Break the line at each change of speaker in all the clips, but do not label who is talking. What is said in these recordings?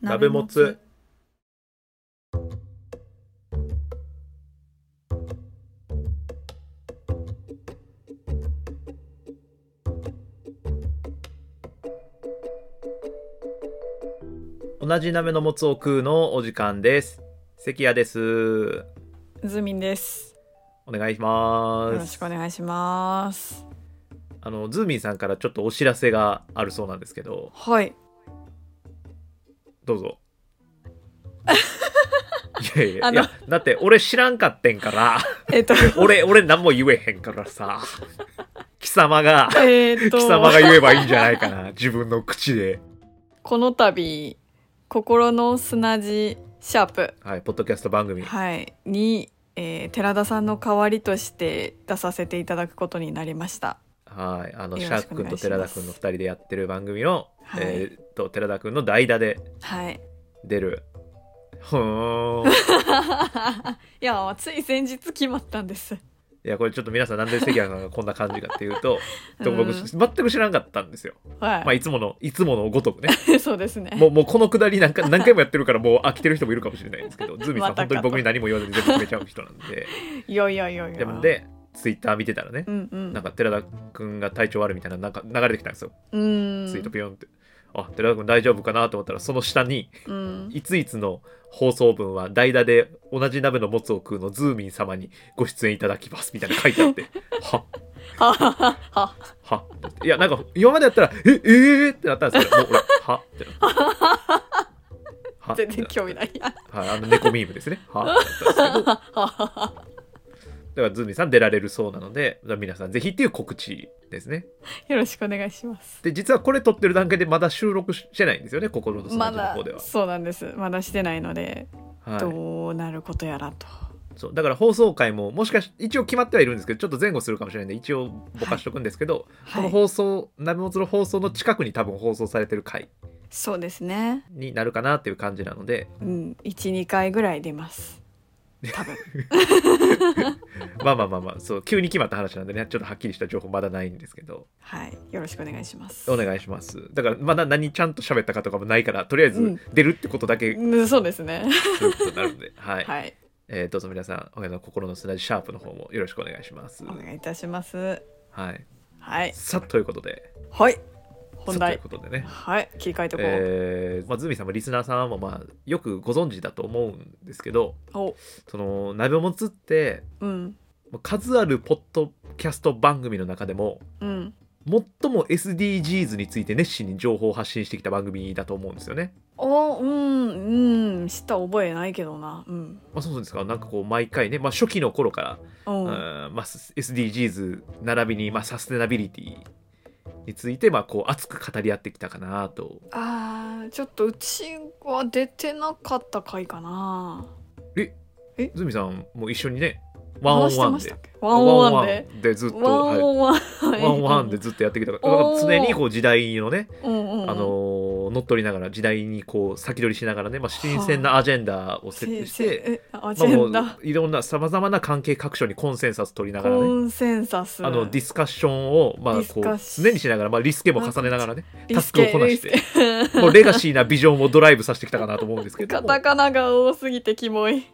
鍋もつ同じ鍋のもつを食うのお時間です関谷です
ズミンです
お願いしま
よろし
す
くお願いします
あのズーミンさんからちょっとお知らせがあるそうなんですけど
はい
ど うぞいやいや
あ
い
の
やだって俺知らんかってんから
え っと
俺俺何も言えへんからさ貴様が
えっと
貴様が言えばいいんじゃないかな自分の口で
この度心の砂地シャープ
はいポッドキャスト番組
はいに、えー寺田さんの代わりとして出させていただくことになりました
はいあのシ
よ
ャ
ろ
ー
し
ク
くお
君
願
と
いします
寺田君の2人でやってる番組の、
はい
えーっと寺田君の代打で
はい
出るほーんい
いやつい先日決まったんです
やこれちょっと皆さんなんで関谷さんがこんな感じかっていうとでも僕
うん
全く知らんかったんですよ、まあ、
はい
つものいつものごとくね
い そうですね
もうもうこのくだりなんか何回もやってるからもう飽きてる人もいるかもしれないんですけどズーミンさん
また
本
か
当に僕に何も言わずに全部決めちゃう人なんで
いやいやいやいや
でもでツイッター見てたらね
うんうん
なんか寺田君が体調悪いみたいななんか流れてきたんですよ
うん
ツイートピヨンって。あ寺田君大丈夫かなと思ったらその下に
うん
いついつの放送分は代打で同じ鍋のもつを食うのズーミン様にご出演いただきますみたいな書いてあって は
はははは
はっていやなんか今までやったらええー、ってなったんですけどもう俺 はってなっては
全然興味ない
はい、あの猫ミームですね。はってなったんですけど、だからズーミンさん出られるそうなので、じゃあ皆さんぜひっていう告知ですね。
よろしくお願いします
で、実はこれ撮ってる段階でまだ収録してないんですよね、心の
ま
砂地の
だ
方では。
そうなんですまだしてないので、
はい、
どうなることやらと
そうだから放送回ももしかし一応決まってはいるんですけどちょっと前後するかもしれないんで一応ぼかしとくんですけど、
はい
この放送「鍋もつの放送の近くに多分放送されてる回
そうですね
になるかなっていう感じなので
うん12回ぐらい出ます多 分
まあまあまあまあそう急に決まった話なんでねちょっとはっきりした情報まだないんですけど
はいよろしくお願いします
お願いしますだからまだ何ちゃんと喋ったかとかもないからとりあえ
う
ず
ん
出るってことだけ
うんそうですね
ということになるんで、はい、
はい
えーどうぞ皆さん親の心の砂地シャープの方もよろしくお願いします
お願いいたします
はい
はい
さあということで
はい本題
さあということでね
はい切り替えとこう、
えーまあ、ズミさんもリスナーさんもまあよくご存知だと思うんですけど
お
その鍋もつって
うん
まあ数あるポッドキャスト番組の中でも
うん
最も SDGs について熱心に情報を発信してきた番組だと思うんですよね。
おうんうん知った覚えないけどなうん
まあ、そうですかなんかこう毎回ね、まあ、初期の頃か
う
ら
ん
うんまあ、S- SDGs 並びに、まあ、サステナビリティについて、まあ、こう熱く語り合ってきたかなと
あーちょっとうちは出てなかった回かな
ズミさんも一緒にねワンオンワン
話してまし
で
たっけワンオンワン
ワン
で
オンでずっと
ワン
はい
オンワン
ワンオンワンでずっとやってきたからだか
お
ら
ー
常にこう時代のね、
うんうんうん
あのー乗っ取りながら時代にこう先取りしながらね、まあ、新鮮なアジェンダを設定して、
せせえアジ
まあ、
ェン
も
ダ
ういろんなさまざまな関係各所にコンセンサス取りながら
コ
ね
ンセンサス
あのディスカッションを、まあ、
ディス
こ
カ
う
ッシ
常にしながら、まあ、リスケも重ねながらね
リ
タス
ス
ク
ケ
をこなして
リスケ
もうレガシーなビジョンをドライブさせてきたかなと思うんですけど
カ
も
タカナが多すぎてキモい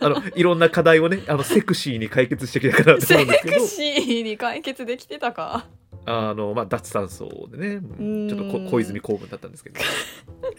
あのいろんな課題をねあのセクシーに解決してきたかなと思
セ
うんですけど
クシーに解決できてたか
あの、まあ、脱炭素でね
ん
ちょっとこ小泉公文だったんですけど い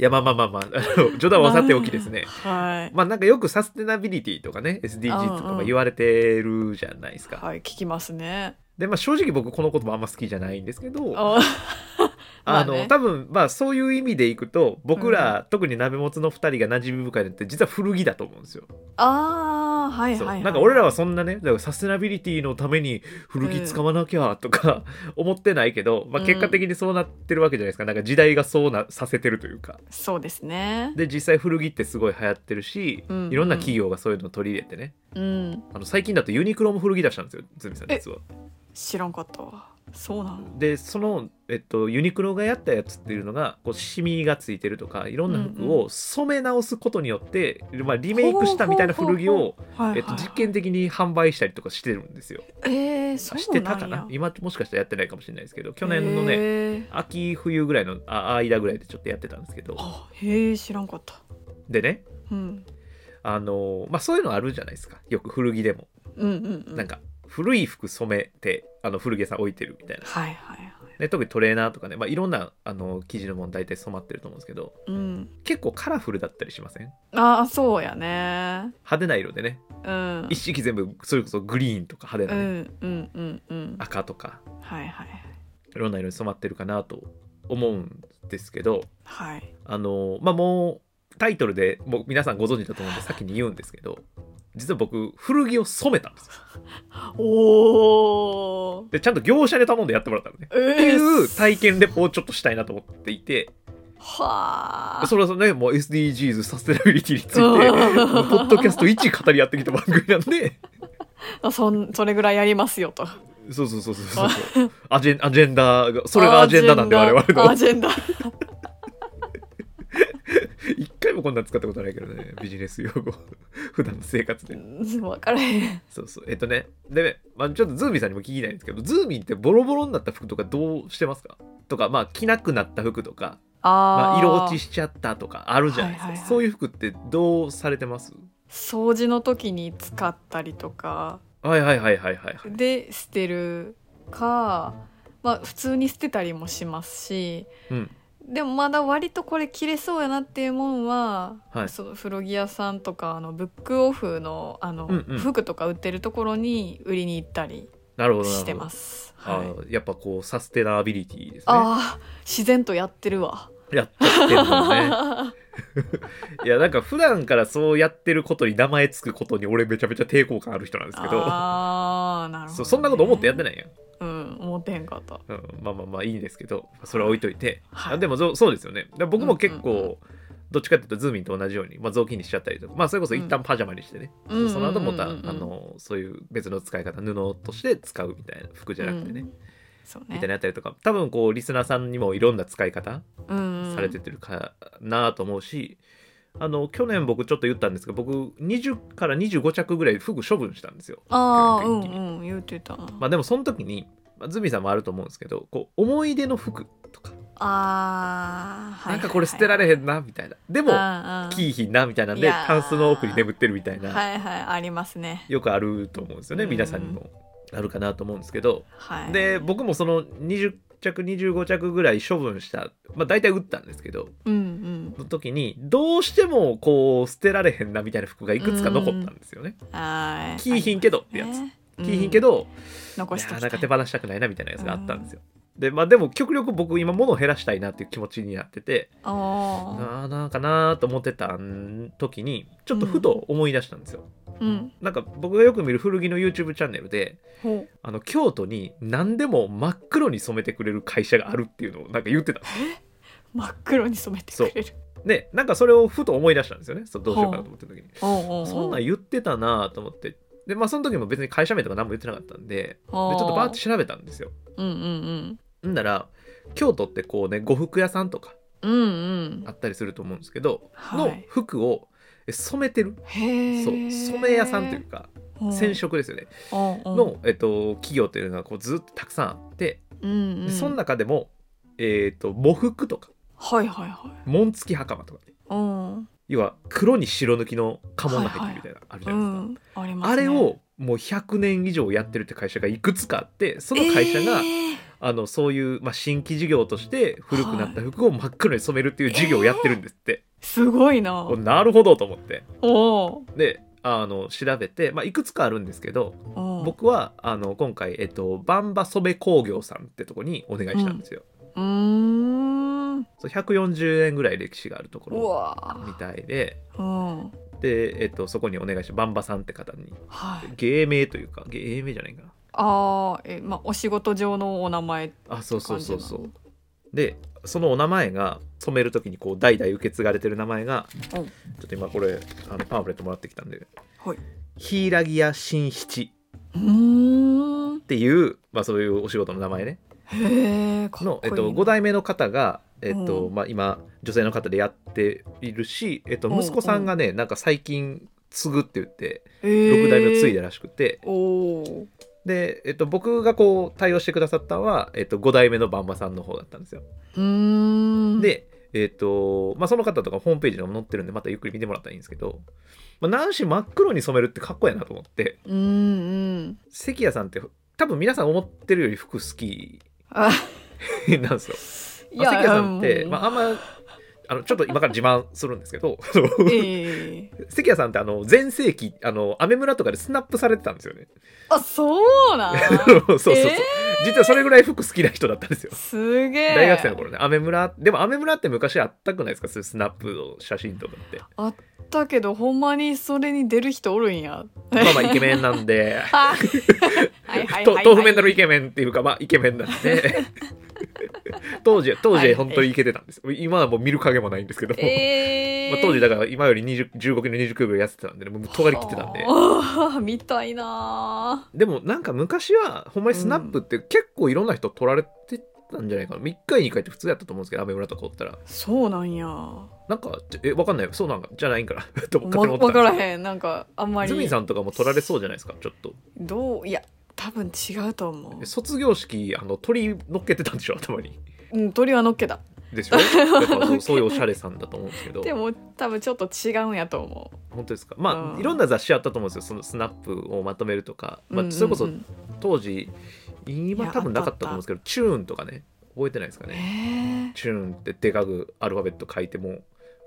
やまあまあまあ まああの冗談はさておきですね
はい
まあなんかよくサステナビリティとかね SDGs とか
うんう
も
ん
言われてるじゃないですか、
はい聞きますね
でまあ正直僕この言葉あんま好きじゃないんですけど
あま
あ
あ
の、
ね
多分まあそういう意味でいくと僕ら、特に鍋もつの2人が馴染み深いのって実は古着だと思うんですよ。
あーはいはい
そう
はい
なんか俺らはそんなねだからサステナビリティのために古着使わなきゃとか 思ってないけど、まあ、
うん
結果的にそうなってるわけじゃないですかなんか時代がそうなさせてるというか。
そうですね
で実際古着ってすごい流行ってるし、
うん
いろんな企業がそういうのを取り入れてね
うん
あの最近だとユニクロも古着出したんですよズミさん
え
実は。
知らんかったわそうなの
でその、えっと、ユニクロがやったやつっていうのがこうシミがついてるとかいろんな服
うん
を染め直すことによって、まあ、リメイクしたみたいな古着
ほうほ
を、
はい
えっと、実験的に販売したりとかしてるんですよ。
えー、
あし
そう
て
な
た
んや
かな今もしかしたらやってないかもしれないですけど去年のね
へー
秋冬ぐらいのあ間ぐらいでちょっとやってたんですけど
あへえ知らんかった、
でね
うん、
あのまあそういうのあるじゃないですかよく古着でも、
うんうんうん
なんか古い服染めてあの古着屋さん置いてるみたいな、
はいはいはい
ね、特にトレーナーとかね、まあ、いろんなあの生地のもの大体染まってると思うんですけど
うん
結構カラフルだったりしません
ああそうやね
派手な色でね
うん
一式全部それこそグリーンとか
う
派手な、
ん
ね
うんうんうん
赤とか
はいはい
いろんな色に染まってるかなと思うんですけど
はい
あのまあもうタイトルでもう皆さんご存知だと思うんで先に言うんですけど実は僕古着を染めたんですよ
おー
でちゃんと業者で頼んでやってもらったのね
えー、
っていう体験レポをちょっとしたいなと思っていて
はあ
それはそれねもう SDGs サステナビリティに ついてもうポッドキャスト1語り合ってきた番組なんで
あそんそれぐらいやりますよと
そうそうそうそうそう そうアジェンアジェンダがそれがアジェンダなんで我々
ア
の
ジェンダ
一回もこんなん使ったことないけどねビジネス用語 普段の生活 で
分からへん
そうそうえっとねで、まあ、ちょっとズーミンさんにも聞きたいんですけどズーミンってボロボロになった服とかどうしてますかとかまあ着なくなった服とか、
あ
ま
ー
あ、色落ちしちゃったとかあるじゃないですか、
はいはいはい
そういう服ってどうされてます
掃除の時に使ったりとか
はいはいはいはいはいはい
で捨てるか、まあ、普通に捨てたりもしますし、
うん
でもまだ割とこれ切れそうやなっていうもんは、
はい
その古着屋さんとかあのブックオフのあの、
うんうん
服とか売ってるところに売りに行ったり
なるほどなるほど
してます。
あ
はい、
ーやっぱこうサステナビリティですね
あー自然とやってるわ。
やっちゃってるのね いやなんか普段からそうやってることに名前つくことに俺めちゃめちゃ抵抗感ある人なんですけど
あーなるほど、ね
そそんなこと思ってやってないやん、
うん思ってへんかった。
うん、まあまあまあいいんですけどそれは置いといて、
はい
あでもそうそうですよねで僕も結構、
うんうんう
どっちかっていうとズーミンと同じように、まあ、雑巾にしちゃったりとか、まあ、それこそ一旦パジャマにしてね、
うん
その後また、
うんうんうんうん
あのそういう別の使い方布として使うみたいな服じゃなくてね、
うんそうね
みたいなやったりとか多分こうリスナーさんにもいろんな使い方
うんうん
されてってるかなと思うし、あの去年僕ちょっと言ったんですけど僕20から25着ぐらい服処分したんですよ。
ああう
元
ん
気に
うん言うてたな、
まあ、でもその時に、まあ、ズミさんもあると思うんですけどこう思い出の服とか、
ああ
なんかこれ捨てられへんなみたいなでも
も
キーひんなみたいなん
い
で
やー
タンスの奥に眠ってるみたいな、
はいはいありますね
よくあると思うんですよね
うん
皆さんにもあるかなと思うんですけど、
はい
で僕もその20着25着ぐらい処分した、まあ、大体売ったんですけど
うんうん
の時にどうしてもこう捨てられへんなみたいな服がいくつか残ったんですよね。
はい
キーひんけどってやつ。
つ
キーひんけど、
残
い
し
や
て
ー
き
なん
た
か手放したくないなみたいなやつがあったんですよ。でまあ、でも極力僕今物を減らしたいなっていう気持ちになってて
おー
あーなんかなーと思ってた時にちょっとふと思い出したんですよ、
うん
なんか僕がよく見る古着の YouTube チャンネルで
ほう
あの京都に何でも真っ黒に染めてくれる会社があるっていうのをなんか言ってたんです
真っ黒に染めてくれる
でなんかそれをふと思い出したんですよねそうどうしようかなと思った時に
おうおうおう
そんなん言ってたなと思ってでまあその時も別に会社名とか何も言ってなかったんででちょっとバーって調べたんですよ
うんうん
んなら京都ってこうね呉服屋さんとか
うんうんうん
あったりすると思うんですけど、
はい
の服をえ染めてる
へえ
そう染め屋さんというか染色ですよね、
の
の、えっと、企業というのがこうずっとたくさんあって、
うんう
で
ん
その中でも、えっと喪服とか
はいはいはい
紋付き袴とかね
うん
要は黒に白抜きの家紋が入ってるみたいな、あるじ
う
ゃないですか。
んありますね
あれをもう100年以上やってるって会社がいくつかあってその会社が、
えー
あのそういう、まあ、新規事業として古くなった服を真っ黒に染めるっていう事業をやってるんですって、
すごいな
おなるほどと思って
おう
であの調べて、まあ、いくつかあるんですけど
おう
僕はあの今回、えっと、バンバ染工業さんってとこにお願いしたんですよ、
うーん
そう140年ぐらい歴史があるとこ
う
ろ
わ
みたいで
うん
で、えっと、そこにお願いしてバンバさんって方に
はい
芸名というか芸名じゃないかな
あーえまあお仕事上のお名前
あそうそうそうそ
感
うでそのお名前が染める時にこう代々受け継がれてる名前が、
うん
ちょっと今これあのパンフレットもらってきたんで
はい
「柊屋新七
うーん
ていう、まあ、そういうお仕事の名前ね
へえかっ
の
こいい
えっ
な
と、5代目の方が、えっと
うん
まあ、今女性の方でやっているし、えっと、
うん
息子さんがねなんか最近継ぐって言って
へ
6
ー
代目を継いだらしくて、
おお
で、えっと、僕がこう対応してくださったのは、えっと、5代目のばんばさんの方だったんですよ。
うーん
で、えっとまあ、その方とかホームページにも載ってるんでまたゆっくり見てもらったらいいんですけど、まあ、何し真っ黒に染めるってかっこやなと思って
うんうん
関谷さんって多分皆さん思ってるより服好き
あ
なんです
い
よ。まあ関谷さんっ
い
て、
やもう
まあ、あんまあのちょっと今から自慢するんですけどそう
ええ
関谷さんってあの全盛期あのアメ村とかでスナップされてたんですよね。
あそうなん
そうそうそう、
え
実はそれぐらい服好きな人だったんですよ。
すげえ
大学生の頃ねアメ村でもアメ村って昔あったくないですかそういうスナップの写真とかって
あったけどほんまにそれに出る人おるん や
まあまあイケメンなんで
あはいはいはい、
と
はい、
豆腐メンタルイケメンっていうかまあイケメンなんで 当時当時は本当にイケてたんです、今はもう見る影もないんですけど、
えー
まあ、当時だから今より20 15キロ20キロぐらい痩せてたんでねもう尖り切ってたんで
あー 見たいな
でもなんか昔はほんまにスナップって結構いろんな人撮られてたんじゃないかな3回2回って普通やったと思うんですけどアメ村とかおったら
ーそうなんや
なんかちょえわかんないそうなんかじゃないんかなと
わ
勝手に思ってた
わか
んですけ
ら
ど
へんなんかあんまり
ズミンさんとかも取られそうじゃないですかちょっと
どういや多分違うと思う
卒業式あの鳥乗っけてたんでしょ頭に
うん鳥はのっけだ
でしょやっぱそうそういうおしゃれさんだと思うんですけど
でも多分ちょっと違うんやと思う
本当ですかまあ、
うん
いろんな雑誌あったと思うんですよそのスナップをまとめるとか、ま
うんうんう
あ、
ん
それこそ当時
い
今
や
多分なかったと思うんですけどチューンとかね覚えてないですか
え
ねチューンってでかくアルファベット書いても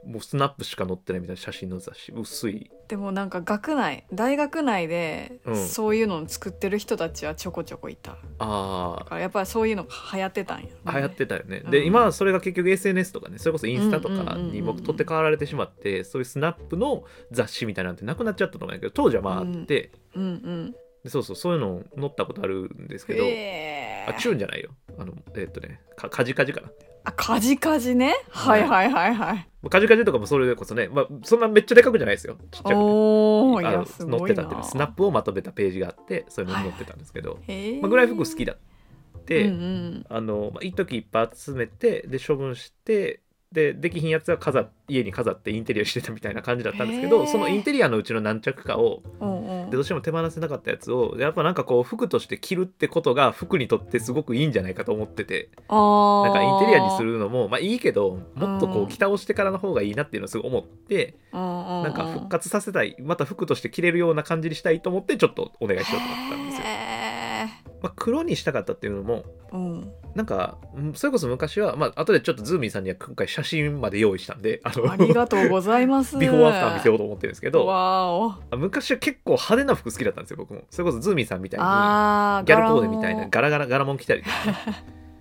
もうスナップしか載ってないみたいな写真の雑誌薄い
ーでもなんか学内大学内で
うん
そういうのを作ってる人たちはちょこちょこいた、
あ
だ
あ
からやっぱりそういうのが流行ってたんや、ね、
流行ってたよね、
う
で
ん
今はそれが結局 SNS とかねそれこそインスタとかに
うんうんうんうんう
僕
ん
取って代わられてしまってそういうスナップの雑誌みたいなんてなくなっちゃったと思うんだけど当時はまああって、
うんうん
でそうそうそういうの載ったことあるんですけど、
え
あチューンじゃないよあのえっとねかカジカジかな
あカジカジねはいはいはいはい
カジカジとかもそれこそね、まあ、そんなめっちゃでかくじゃないですよちっちゃくて
おおい
あ
や
の
す
載っ
ご
て
い
た
な
っていうのスナップをまとめたページがあってそういうのに載ってたんですけど、
へえ
まあ、グラフ服好きだって、
うんうん
あの、まあ、一時いっぱい集めてで処分してでできひんやつは飾っ家に飾ってインテリアしてたみたいな感じだったんですけ
へ
ど
ー
そのインテリアのうちの何着かを
うんうん
でどうしても手放せなかったやつをやっぱなんかこう服として着るってことが服にとってすごくいいんじゃないかと思ってて
あ
なんかインテリアにす
る
るのもまあいいけどもっとこ
う
うん着倒してからの方がいいなっていうのをすごい思って
な
なんか復活させたいまた服として着れるような感じにしたいと思ってちょっとお願いしようと思ったんですよ。
へえ
まあ、黒にしたかったっていうのも
うん
なんかうんそれこそ昔はまあ後でちょっとズーミンさんには今回写真まで用意したんであの
ありがとうございます
ビフォーアフター見せようと思ってるんですけど
わお
昔は結構派手な服好きだったんですよ僕もそれこそズーミンさんみたいに
あー
ギャルコーデみたい
柄
な
も
ガラガラガラモン着たり とか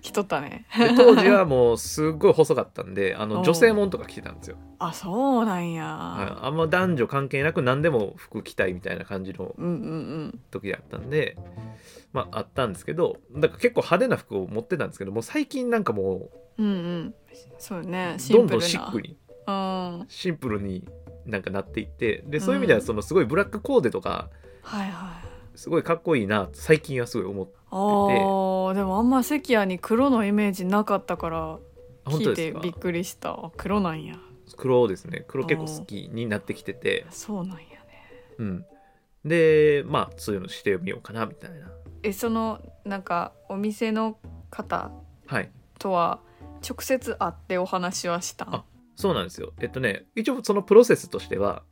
着とったね
で当時はもうすっごい細かったんであ
う
の
ん
女性もんとか着てたんですよ
あそうなんや、
ああんま男女関係なく何でも服着たいみたいな感じの
うんうん
時だったんでまああったんですけどだから結構派手な服を持ってたんですけどもう最近なんかも
うんうんうんそうね
う
シ
どん
ンプルな
どんシックに
うん
シンプルになんかなっていってで
うん
そういう意味ではそのすごいブラックコーデとか
はいはい
すごいかっこいいな最近はすごい思って
あーでもあんま関谷に黒のイメージなかったから
あ本
聞
当
い
で
て
すか
びっくりしたあ黒なんや
黒ですね黒結構好きになってきてて
そうなんやね
うんでまあそういうのしてみようかなみたいな
えそのなんかお店の方
はい
とは直接会ってお話はしたん
あそうなんですよえっとね一応そのプロセスとしては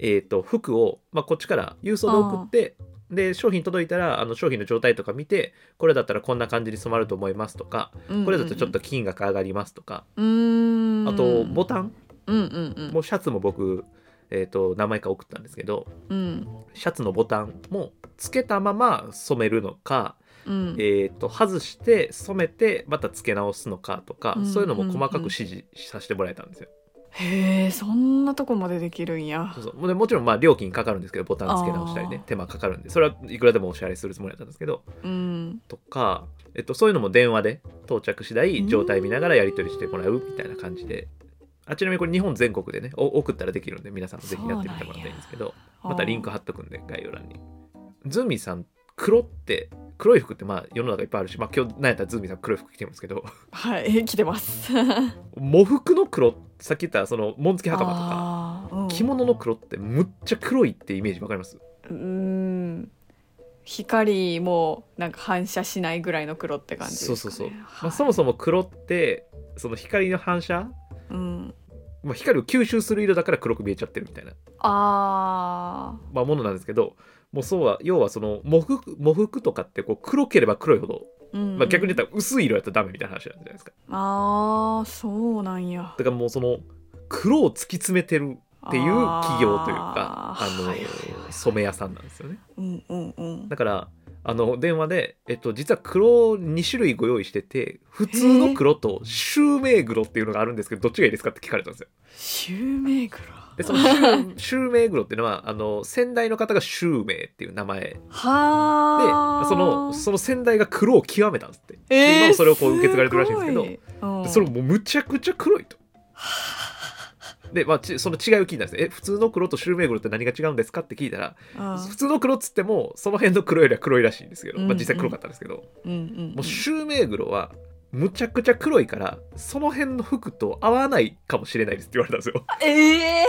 えっと服を、まあ、こっちから郵送で送ってで商品届いたらあの商品の状態とか見てこれだったらこんな感じに染まると思いますとかこれだとちょっと金額上がりますとか、
うーん
あとボタン
うんうんうん
もうシャツも僕、えー、と何枚か送ったんですけど
うん
シャツのボタンもつけたまま染めるのか、
うん
えー、と外して染めてまたつけ直すのかとか、
うん
そういうのも細かく指示させてもらえたんですよ。
へえそんなとこまでできるんや
そうそうでもちろんまあ料金かかるんですけどボタンつけ直したりね
あー
手間かかるんでそれはいくらでもお支払いするつもりだったんですけど
うん
とか、えっと、そういうのも電話で到着次第状態見ながらやり取りしてもらうみたいな感じで。あちなみにこれ日本全国でねお送ったらできるんで皆さんもぜひやってみてもらいたいんですけどまたリンク
あ
貼っとくんで概要欄にズミさん黒って黒い服ってまあ世の中いっぱいあるし、まあ、今日何やったらズーミーさん黒い服着てますけど
はい着てます
喪服の黒さっき言ったその紋付き袴とか
あーうん
着物の黒ってむっちゃ黒いってイメージわかります
うーん光もなんか反射しないぐらいの黒って感じですか、ね、
そうそうそう
はい
まあ、そもそも黒ってその光の反射、
うん、
まあ、光を吸収する色だから黒く見えちゃってるみたいな、
あ
まあ、ものなんですけどもうそうは要はその喪服喪服とかってこう黒ければ黒いほど、
ー、うん
まあ、逆に言ったら薄い色やったらダメみたいな話なんじゃないですか
あーそうなんや
だからもうその黒を突き詰めてるっていう企業というかあ
ー
の、
はいはいはい
染め屋さんなんですよね
うんうんうん
だからあの電話で、えっと、実は黒2種類ご用意してて普通の黒とシューメーグロっていうのがあるんですけどどっちがいいですかって聞かれたんですよ
シューメイク
で
ラ
そのシューシューメーグロっていうのはあの先代の方がシューメーっていう名前で
はあ
そのその先代が黒を極めたんですって、
えー
で今もそれをこう受け継がれてるらしいんですけど
すごいうん
でそれもうむちゃくちゃ黒いと。でまあ、ちその違いを聞いたんですねえ普通の黒とシューメーグロって何が違うんですかって聞いたら
うん
普通の黒っつってもその辺の黒よりは黒いらしいんですけど、
うん
ま
う
あ、
ん
実際黒かったんですけど、
うんうんうん
もうシューメーグロはむちゃくちゃ黒いからその辺の服と合わないかもしれないですって言われたんで すよ
え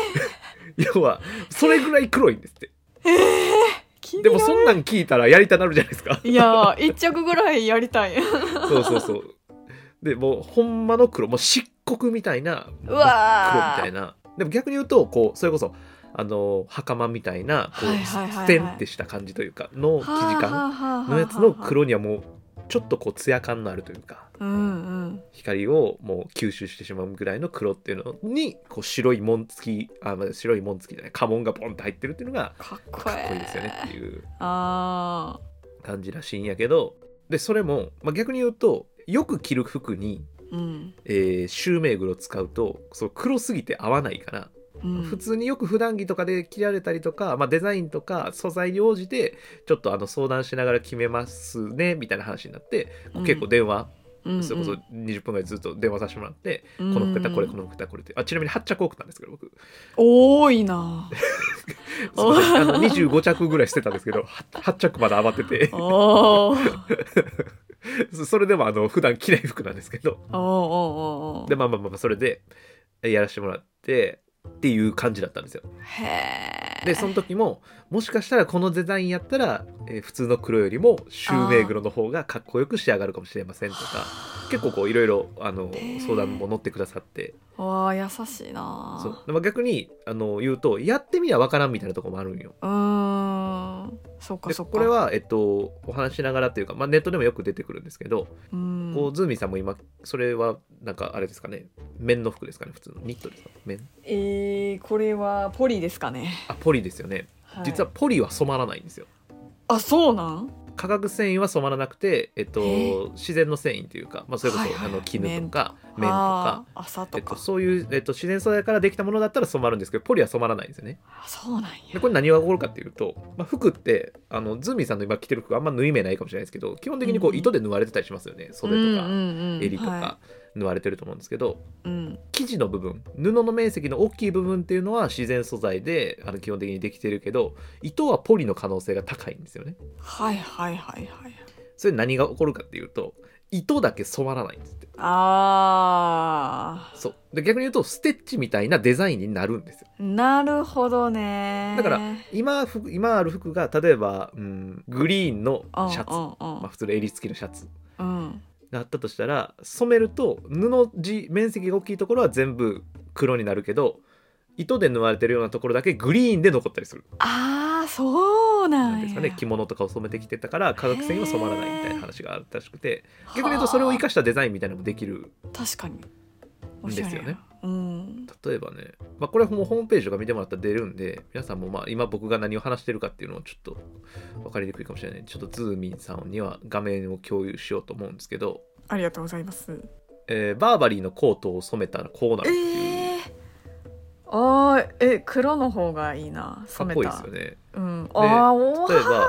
要はそれぐらい黒いんです って
ー、えー、
でもそんなん聞いたらやりたなるじゃないですか
いやー一着ぐらいやりたい
そうそうそうでもうほんまの黒もう漆黒みたいな
うわー
黒みたいなでも逆に言うとこうそれこそあの袴みたいなこう
はいはいはいはい
ステンってした感じというかの生地感
感
のやつの黒にはもうちょっとこう艶感のあるというか
うんうん
光をもう吸収してしまうぐらいの黒っていうのにこう白い紋付きあまあ白い紋付きじゃない家紋がボンと入ってるっていうのが
かっこ
か
いい
っこいいですよねっていう
あ
感じらしいんやけどでそれも、まあ、逆に言うとよく着る服に、
ーうん、
えーシューメーグルを使うとそう黒すぎて合わないから、
うん、
普通によく普段着とかで着られたりとか、まあ、デザインとか素材に応じてちょっとあの相談しながら決めますねみたいな話になって、
うん
結構電話
うんうん
それこそ20分ぐらいずっと電話させてもらって、
うん
この服だこれこの服だこれってあちなみに8着多くたんですけど僕
多いなお
そうあの25着ぐらい捨てたんですけど 8, 着まだ余ってて
おおー
それでもあの普段着ない服なんですけど
おーおーおーおー
でまあまあまあまあそれでやらせてもらってっていう感じだったんですよ
へえ
でその時ももしかしたらこのデザインやったら、えー普通の黒よりもシューメーグロの方がかっこよく仕上がるかもしれませんとか結構こういろいろあの
へー
相談も乗ってくださって
わあ優しいな
そうでまあ逆にあの言うとやってみりゃわからんみたいなとこもあるんよ。
うーんそっか
で
そっか
これは、えっと、お話しながらというか、まあ、ネットでもよく出てくるんですけど、
うん
こうズーミンさんも今それはなんかあれですかね綿の服ですかね普通のニットですか綿
えー、これはポリですかね、
あポリですよね、
はい
実はポリは染まらないんですよ
あそうなん
化学繊維は染まらなくて、えっ
へ
と、自然の繊維というか、まあ、それこそ、
はいはい
あの絹とか綿と
あ
か。
ー朝
え
と
っ
か、
と、そういう、えっと、自然素材からできたものだったら染まるんですけどポリは染まらないんですよね
あそうなん
で
や
これ何が起こるかっていうと、まあ、服ってあのズーミンさんの今着てる服あんま縫い目ないかもしれないですけど基本的にこ
うん
う
うん
糸で縫われてたりしますよね、袖とか、
うんうんうん
襟と
は
か縫われてると思うんですけど、
いうん
生地の部分布の面積の大きい部分っていうのは自然素材であの基本的にできてるけど糸はポリの可能性が高いんですよね
はいはいはいはい
それ何が起こるかっていうと糸だけ染まらないんですって
あ
そうで逆に言うとステッチみたいなデザインになるんですよ
ーなるほどね
だから今服今ある服が例えば、うん、グリーンのシャツ、まあ、
ツ
普通の襟付きのシャツ
うんうんうん
があったとしたら染めると布地面積が大きいところは全部黒になるけど糸で縫われてるようなところだけグリーンで残ったりする
あーそうな
なん
ん
で
や
すかね着物とかを染めてきてたから化学繊維は染まらないみたいな話があったらしくて逆に言うとそれを生かしたデザインみたいなのもできる
はあ確かに
ですよね
うん
例えばね、まあ、これもうホームページとか見てもらったら出るんで皆さんもまあ今僕が何を話してるかっていうのをちょっと分かりにくいかもしれないんでちょっとズーミンさんには画面を共有しようと思うんですけど、
ありがとうございます
えーバーバリーのコートを染めたらこうなる
え
っていう。
ーあーえ黒の方がいいな
かっ
染
こ
め
いい
た
ですよね。
うんあーお
例え
ー
ば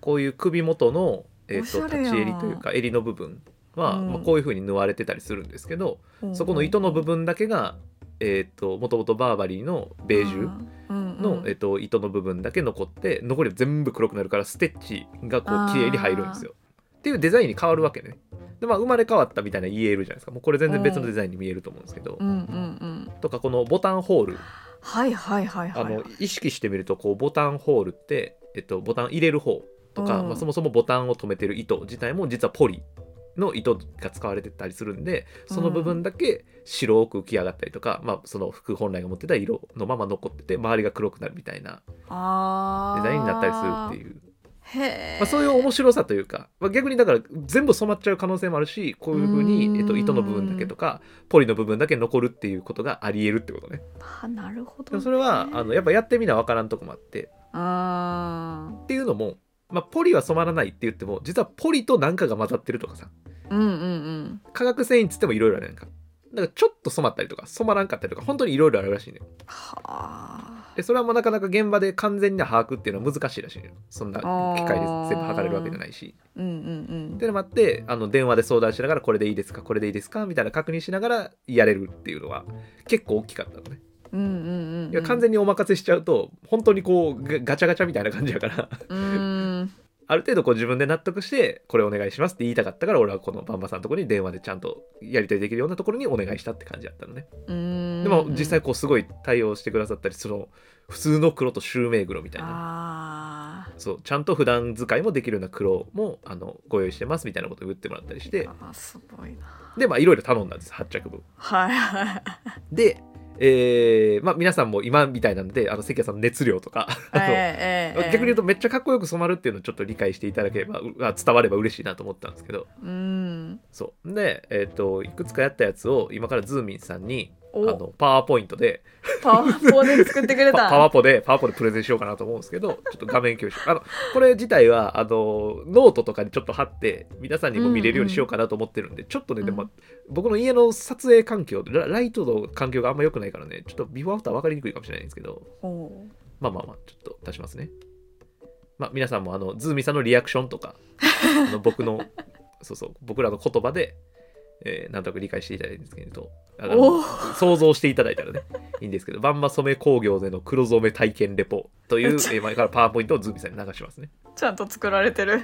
こういう首元の、えー、と
おしゃれやん
立ち襟というか襟の部分は、
うん
まあ、こういう風に縫われてたりするんですけど、
うん
そこの糸の部分だけが、えー、ともともとバーバリーのベージュ
うんうん
の、えっと、糸の部分だけ残って残りは全部黒くなるからステッチがこ
あ
う
ー
綺麗に入るんですよ。っていうデザインに変わるわけね。でまあ生まれ変わったみたいな言えるじゃないですかもうこれ全然別のデザインに見えると思うんですけど、
うんうんうん
とかこのボタンホール
はいはいはいは
あ
いはい
の意識してみるとこうボタンホールって、えっと、ボタン入れる方とか、
うん
まあ、そもそもボタンを留めてる糸自体も実はポリの糸が使われてたりするんでその部分だけ白く浮き上がったりとか、まあ、その服本来が持ってた色のまま残ってて周りが黒くなるみたいな
あ
デ
ー
ザインになったりするっていう
へえ、
まあ、そういう面白さというか、まあ、逆にだから全部染まっちゃう可能性もあるしこういうふう
う
に、
ん
えっと、糸の部分だけとかポリの部分だけ残るっていうことがありえるってことね。
あなるほど
で
ね、
もそれはあのやっぱやってみな分からんとこもあって
あ
っていうのも、まあ、ポリは染まらないって言っても実はポリと何かが混ざってるとかさ
ーうんうん
化学繊維っつってもいろいろあるやんかだからちょっと染まったりとか染まらんかったりとか本当にいろいろあるらしいね
うんはあ
でそれはもうなかなか現場で完全な把握っていうのは難しいらしいねそんな機械で全部測れるわけじゃないし
うんうん
っ
うん
ていうのもあってあの電話で相談しながらこれでいいですかこれでいいですかみたいな確認しながらやれるっていうのは結構大きかったのね
うんうんうん
いや完全にお任せしちゃうと本当にこうガガチャガチャみたいな感じやから
うん
ある程度こう自分で納得してこれお願いしますって言いたかったから俺はこのバンバさんのところに電話でちゃんとやり取りできるようなところにお願いしたって感じだったのね
うん
でも実際こうすごい対応してくださったりその普通の黒と襲名黒みたいな
あ
そうちゃんと普段使いもできるような黒もあのご用意してますみたいなことを言ってもらったりして
ーあーすごいな
でまあいろいろ頼んだんです発着部
はいはい
でえーまあ皆さんも今みたいなのであの関谷さんの熱量とか あの
ええええ
逆に言うとめっちゃかっこよく染まるっていうのをちょっと理解していただければうあ伝われば嬉しいなと思ったんですけど
うん
そうで、えっといくつかやったやつを今からズーミンさんにあ
お
のパワーポイントで
パワポで作ってくれ
パ
た
パワポでパワポでプレゼンしようかなと思うんですけどちょっと画面共有しようあのこれ自体はあのノートとかにちょっと貼って皆さんにも見れるようにしようかなと思ってるんで、ちょっとねでも、
うん
僕の家の撮影環境ラライトの環境があんま良くないからねちょっとビフォーアフター分かりにくいかもしれないんですけど
おう
まあまあまあちょっと出しますねまあ皆さんもあのズーミンさんのリアクションとかあ の僕のそうそう僕らの言葉で、えーなんとなく理解していただいてるんですけれど
お
あの
う
想像していただいたらねいいんですけどバンマ染め工業での黒染め体験レポという、えー前からパワーポイントをズーミンさんに流しますね、
ちゃんと作られてる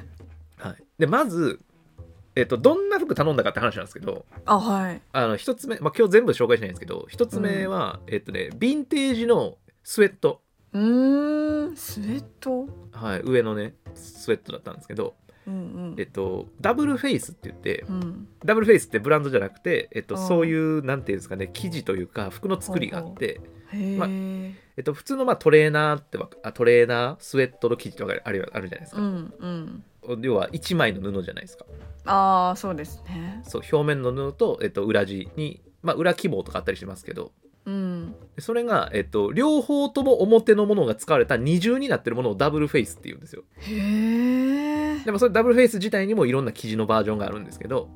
はい、でまず、えっとどんな服頼んだかって話なんですけど
あはい
あの一つ目、まあ、今日全部紹介しないんですけど一つ目は、えっとねヴィンテージのスウェット
うーんスウェット
はい、上のねスウェットだったんですけど、
うんうん
えっと、ダブルフェイスって言って
うん
ダブルフェイスってブランドじゃなくて、えっと、
うん
そういうなんていうんですかね生地というか服の作りがあって、
へえ、
まえっと、普通のまあトレーナーってわあトレーナースウェットの生地とかあるあるじゃないです
う
か、
んうん
要は1枚の布じゃないですか
ああそうですね
そう表面の布と、えっと、裏地に、まあ、裏起毛とかあったりしますけど
うん
それが、えっと、両方とも表のものが使われた二重になってるものをダブルフェイスっていうんですよ
へえ
でもそれダブルフェイス自体にもいろんな生地のバージョンがあるんですけど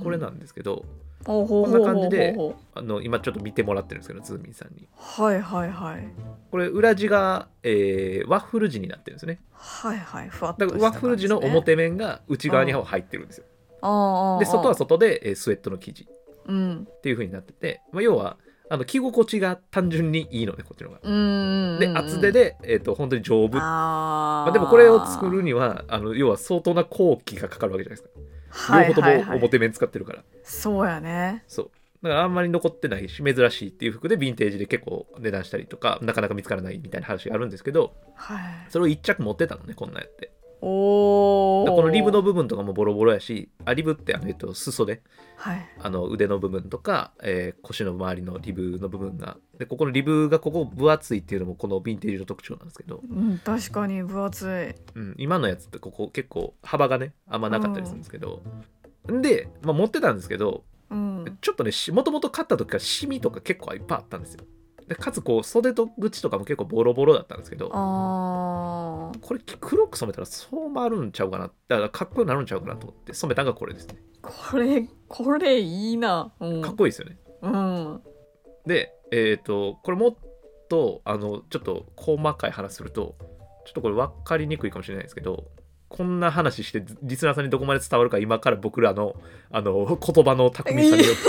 これなんんですけど、
ほうほう
こ
ほう
んな
ほう
感じで
ほう
あの今ちょっと見てもらってるんですけどズーミンさんに
はいはいはい
これ裏地が、えーワッフル地になってるんですね
はいはいふわっと
だ
した
からワッフル地の
感じですね
表面が内側に入ってるんですよ
ああああ
で外は外で、えースウェットの生地っ
うん
ていう風になってて、まあ、要はあの着心地が単純にいいのでこっちの方が
うんうんうん
で厚手で、えー、と本当に丈夫
あ
まあ、
あ
でもこれを作るにはあの要は相当な工期がかかるわけじゃないですか両方と
はいはい
も
はい
表面使ってるから、
そうやね
そうだからあんまり残ってないし珍しいっていう服でヴィンテージで結構値段したりとかなかなか見つからないみたいな話があるんですけど
はい
それを1着持ってたのねこんなんやって
おお
だからこのリブの部分とかもボロボロやしあリブってあの、えっと、裾で
はい
あの腕の部分とか、えー腰の周りのリブの部分がでここのリブがここ分厚いっていうのもこのヴィンテージの特徴なんですけど、
うん確かに分厚い
うん、今のやつってここ結構幅がねあんまなかったりするんですけど、ん、で、まあ、持ってたんですけど
うん
ちょっとねもともと買った時からシミとか結構いっぱいあったんですよでかつこう袖と口とかも結構ボロボロだったんですけど
あー
これ黒く染めたらそう回るんちゃうかなだからかっこよくなるんちゃうかなと思って染めたのがこれですね
これこれいいなうん
かっこいいですよね
うん
でえっ、とこれもっとあのちょっと細かい話するとちょっとこれ分かりにくいかもしれないですけどこんな話してリスナーさんにどこまで伝わるか今から僕らのあの言葉の巧みさによって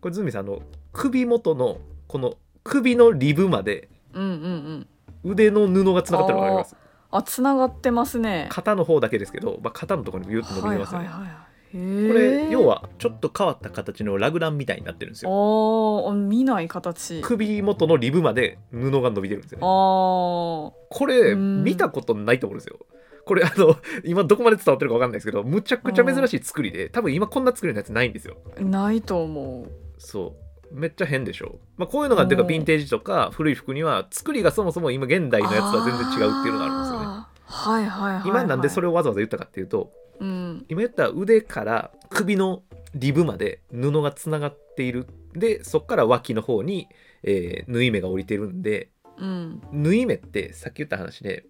これズミさんあの首元のこの首のリブまで
うんうんうん
腕の布がつながってるのが分かります
あつながってますね
肩の方だけですけど、まあ、肩のところにビュッと伸びてますね、
はいはいはいはい、
これ要
は
はちょっと変わった形のラグランみたいになってるんですよ
あー見ない形あ
首元のリブまで布が伸びてるんですよ
あー
ねこれ
うん
見たことないと思うんですよこれあの 今どこまで伝わってるか分かんないですけどむちゃくちゃ珍しい作りで多分今こんな作りのやつないんですよ
ないと思う
そうめっちゃ変でしょ、まあ、こういうのがてか
うん
ヴィンテージとか古い服には作りがそもそも今現代のやつとは全然違うっていうのがあるんですよね
あーはいはいはいはい
今なんでそ
れ
れをわざわざ言ったかっていうと
うん
今言った腕から首のリブまで布がつながっているでそこから脇の方に、えー縫い目が降りてるんで
うん
縫い目ってさっき言った話で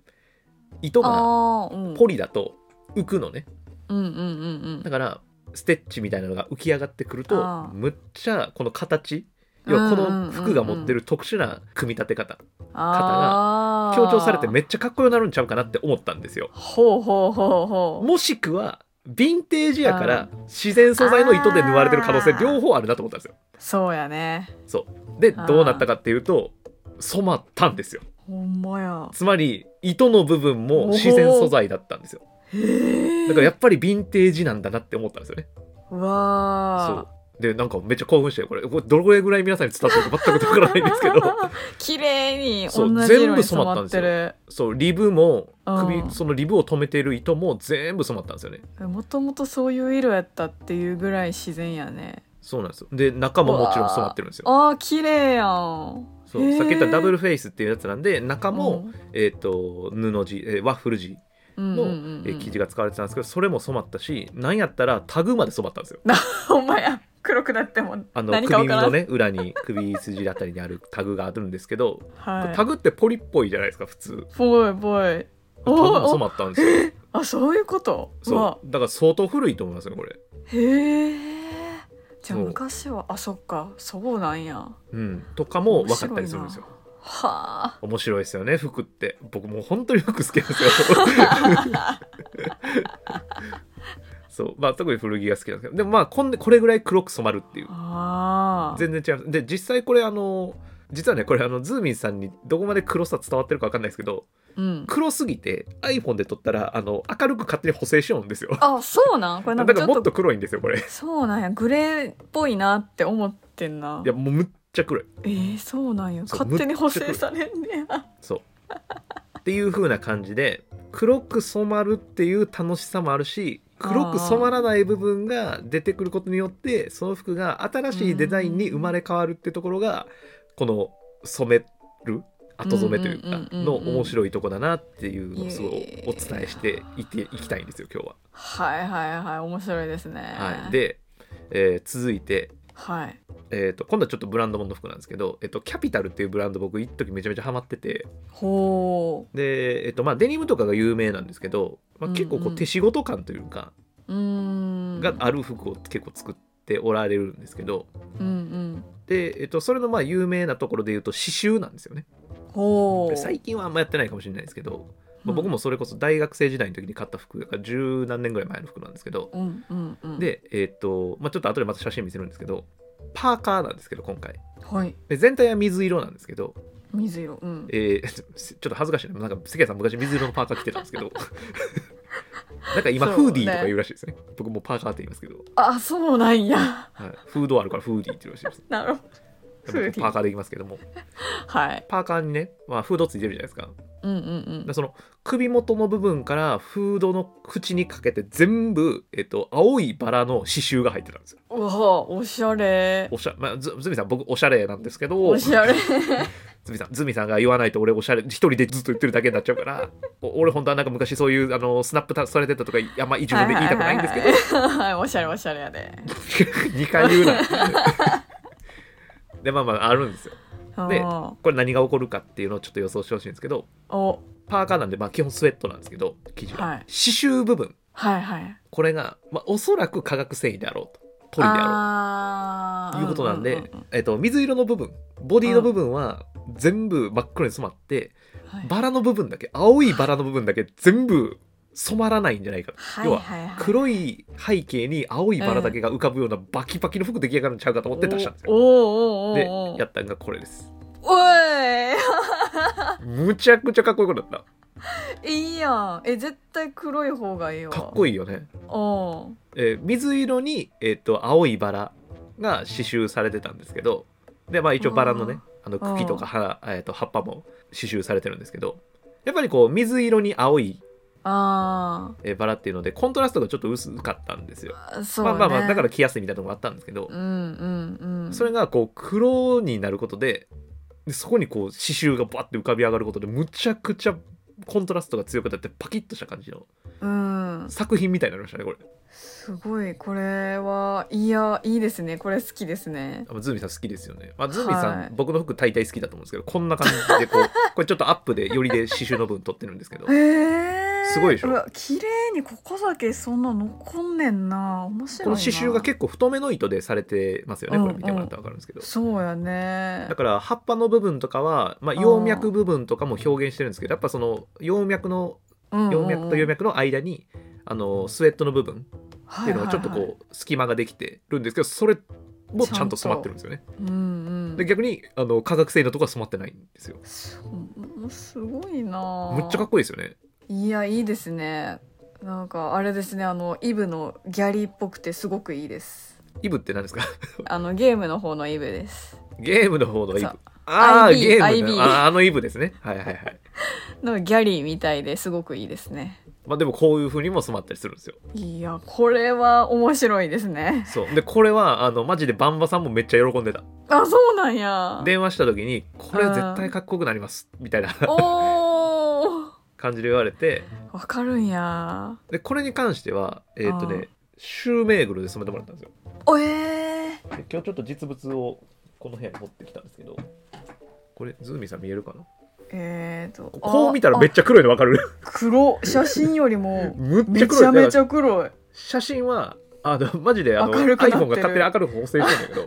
糸が
ああうん
ポリだと浮くのね
うんうんうん
だからステッチみたいなのが浮き上がってくると
あー
むっちゃこの形要はこの服が持ってる特殊な組み立て方
うん
が
あー
強調されてめっちゃかっこよくなるんちゃうかなって思ったんですよ
ほうほうほうほう
もしくはヴィンテージやから自然素材の糸で縫われてる可能性
あー
両方あるなと思ったんですよ
そうやね
で
あー
どうなったかっていうと染まったんですよ
ほんまや
つまり糸の部分
お
も
ー
自然素材だったんですよ
へえ
だからやっぱりヴィンテージなんだなって思ったんですよねそ
わ
うでなんかめっちゃ興奮してこれこれどれぐらい皆さんに伝わってるか全くわからないんですけど
あ 綺麗に
そ
同
う
じ色
全
に
部
染
染まった
まっ
んです
て
よ
る
そうリブも
う
首
ん
そのリブを留めてる糸も全部染まったんですよね
もともとそういう色やったっていうぐらい自然やね
そうなんですよで中ももちろん染まってるんですよ
あー綺麗やん
そ
へ
う
ー
さっき言ったダブルフェイスっていうやつなんで中も、
う
えー、と布地、えーワッフル地
ん
の、
うんうんうん
えー生地が使われてたんですけどそれも染まったしなんやったらタグまで染まったんですよ
ほんまや黒くなっても
あの
何か
首
わ
身
からん
のね裏に首筋あたりにあるタグがあるんですけ ど、
はい
タグってポリっぽいじゃないですか普通
ぽいぽい
タ
お
グ
ー
も染まったんですよ
あそういうこと
そうだから相当古いと思いますよこれ
うへえじゃあ
そう
昔はあそっかそうなんや
うんとかも分かったりするんですよ
は
面白いですよね服って僕もう本当に服好きなんで すよそうまあ特に古着が好きなんですけどでもまあこんでこれぐらい黒く染まるっていう
ああー
全然違うで実際これあの実はねこれあのズーミンさんにどこまで黒さ伝わってるか分かんないですけど
うん
黒すぎて iPhone で撮ったらあの明るく勝手に補正しようんですよ
あそうなんこれな
だ
んか
か
ちょ
ら
っ
も
と
っと黒いんですよこれい
そうなんやグレーっぽいなって思ってんな
やもうむっちゃ黒い
えー、そうなんや
そう
勝手に補正されんねや
そうっていう風な感じで黒く染まるっていう楽しさもあるし黒く染まらない部分が出てくることによってその服が新しいデザインに生まれ変わるってところがこの染める後染めという
うんう
か
んうんうん
の面白いとこだなっていうのをすごいお
いえいえ
伝えしていていきたいんですよ今日は。
はいはいはい面白いですね
はい、で、えー続いて、
はい
えー、と今度はちょっとブランドものの服なんですけど、えっとキャピタルっていうブランド僕一時めちゃめちゃハマってて
ほ
で、えっとまあ、デニムとかが有名なんですけど、
う
まあ、
んうん
結構こう手仕事感というか、
ううーん
がある服を結構作っておられるんですけど
うんうん
で、えっと、それのまあ有名なところで言うと刺繍なんですよね
ほう
最近はあんまやってないかもしれないですけど、
う
まあ、
ん
僕もそれこそ大学生時代の時に買った服が十何年ぐらい前の服なんですけど
うんうんうん
で、えっとまあ、ちょっと後でまた写真見せるんですけどパーカーなんですけど今回。
はい
で全体は水色なんですけど、
水色うん
えー ちょっと恥ずかしいななんか関谷さん昔水色のパーカー着てたんですけど なんか今
そうね
フーディーとか言うらしいですね僕もうパーカーって言いますけど、
あそうなんや
はい、フードあるからフーディーって言うらしいです
なるほどフーディー
僕パーカーで言いますけども
はい
パーカーにね、まあ、フードついてるじゃないですかだか
うんうん
らその首元の部分からフードの縁にかけて全部、えっと、青いバラの刺繍が入ってたんですよ
うんうわおしゃれ
おしゃ、まあ、ずずみさん僕おしゃれなんですけど
おしゃれ
ズミさん、ズミさんが言わないと俺おしゃれ、一人でずっと言ってるだけになっちゃうから、お俺本当はなんか昔そういうあのスナップされてたとか、あんまり自分で言いたくないんですけ
ど
ど、
はいおしゃれおしゃれやで
2回言うな。で、まあまああるんですよ。で
あ
これ何が起こるかっていうのをちょっと予想してほしいんですけど、
ーお
パーカーなんで、まあ基本スウェットなんですけど、生地が。
はい
刺繍部分、
はいはい
これが、まあおそらく化学繊維であろうと、ポリであろう
あ
と
ー
いうことなんで、
うううん
えっと、水色の部分、ボディの部分は全部真っ黒に染まって、
はい
バラの部分だけ青いバラの部分だけ全部染まらないんじゃないか、
はい
要
はい
は
はい
黒い背景に青いバラだけが浮かぶようなバキバキの服出来上がるんちゃうかと思って出したんですよ。
おーおーおー
で
おー
やったんがこれです。
おい
むちゃくちゃかっこよくなった
えい いやんえ絶対黒い方がいいわ
かっこいいよね、
お
えー水色に、えっと青いバラが刺繍されてたんですけどで、まあ、一応バラのねあの茎とか花、えー、と葉っぱも刺繍されてるんですけどやっぱりこう水色に青い、
あ
えーバラっていうのでコントラストがちょっと薄かったんですよ。
あそう、
ま
ね、
あまあまあだから着やすいみたいなところがあったんですけど
う、んうんうん
それがこう黒になることででそこにこう刺繍がバッて浮かび上がることでむちゃくちゃコントラストが強くなってパキッとした感じの
うん
作品みたいになりましたねこれ
すごいこれはいやいいですねこれ好きですね
あズーミンさん好きですよね、まあ、ズーミンさん、
はい
僕の服大体好きだと思うんですけどこんな感じで こうこれちょっとアップでよりで刺繍の分取ってるんですけど
へえ
すごいでしょ
うわ綺麗にここだけそんな残んねんな面白いな
この刺繍が結構太めの糸でされてますよねこれ見てもらったら分かるんですけど、
そうやね
だから葉っぱの部分とかは、まあ、葉脈部分とかも表現してるんですけどやっぱその葉脈の葉脈と葉
っ
脈の間にあのスウェットの部分っていうのがちょっと
はいはい
こう隙間ができてるんですけどそれもちゃんと染まってるんですよね
はい、うんうん
で逆にあの化学繊維のとこは染まってないんですよ
そうもうすごいな
むっちゃかっこいいですよね
いやいいですねなんかあれですねあのイブのギャリーっぽくてすごくいい です
イブって何ですか
あのゲームの方のイブです
ゲームの方のイブ
そう
ああ
IB
ゲーム
IB
のあーあのイブですねはいはいはい
のギャリーみたいですごくいいですね
まあでもこういう風にも染まったりするんですよ
いやこれは面白いですね
そうでこれはあのマジでバンバさんもめっちゃ喜んでた
あそうなんや
電話した時に「これ絶対かっこよくなります」みたいな
おお
感じで言われて
わかるんや
でこれに関してはえーっと
あー
ねシューメーグルで染めてもらったんですよ
おえ
で今日ちょっと実物をこの部屋に持ってきたんですけどこれズーミンさん見えるかな
ー、えー、と
こう見たらめっ
ちゃ
ちゃ黒いのわかる
黒写真よりも
むっち
め
ゃ
ち
黒
ゃ
いだ
め
か
ち
ら
ゃ黒い
写真はあのマジであの
明るくなってる
iPhone が勝手に明るく補正してんだけどち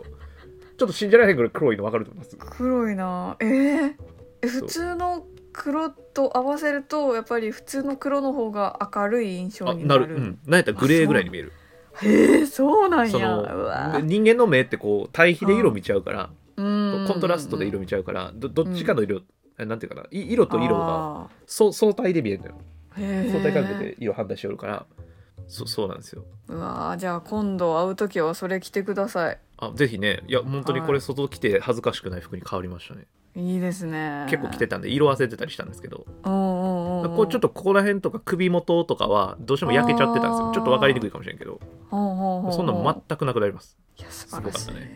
ょっと信じられへんぐらい黒いのわかると思います
黒いなえー、え
そ
普
う
通の黒と合わせるとやっぱり普通の黒の方が明るい印象
あ
にな
な
る
るうんなんやったらグレーぐらいに見える
へえそうなん
そ
やう
の
わ
で人間の目ってこう対比で色見ちゃうから
うん
コントラストで色見ちゃうからどどっちかの色、えなんていうかない色と色が
あ
そう相対で見えるのよ
ーへえ
相対関係で色反対しよるからそそうなんですよ
うわーじゃあ今度会う時はそれ着てください
あぜひねいや本当にこれ外着て恥ずかしくない服に変わりましたね、
いいですね
結構着てたんで色あせてたりしたんですけど、
うんうんうんうん
こうちょっとここら辺とか首元とかはどうしても焼けちゃってたんです
あ
よ
ー
ちょっと分かりにくいかもしれんけど
ほうほうほうほう
そんなん全くなくなります
いや素晴らし
す
い
ごかっ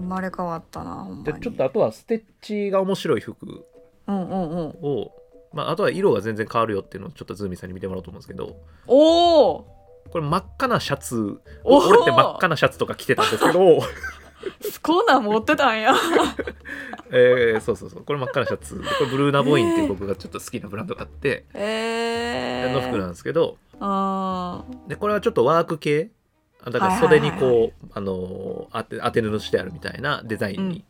生まれ変わったなほんま
で
に
ちょっとあとはステッチが面白い服
うんうんうん
を、まあ、あとは色が全然変わるよっていうのをちょっとズーミンさんに見てもらおうと思うんですけど
おお
これ真っ赤なシャツ
お
俺って真っ赤なシャツとか着てたんです けど、
こんなん持ってたん や
えーそうそうそうこれ真っ赤なシャツでこれブルーナボインっていう僕がちょっと好きなブランドがあって、
えー、
の服なんですけど
あ
でこれはちょっとワーク系あだから袖にこう、あのー当て当て布してあるみたいなデザインに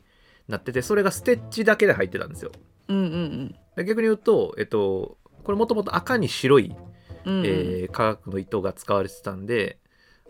なってて、それがステッチだけで入ってたんですよ
うんうん
で逆に言うと、えっと、これもともと赤に白い、
うんうんうん、
えー化学の糸が使われてたんで、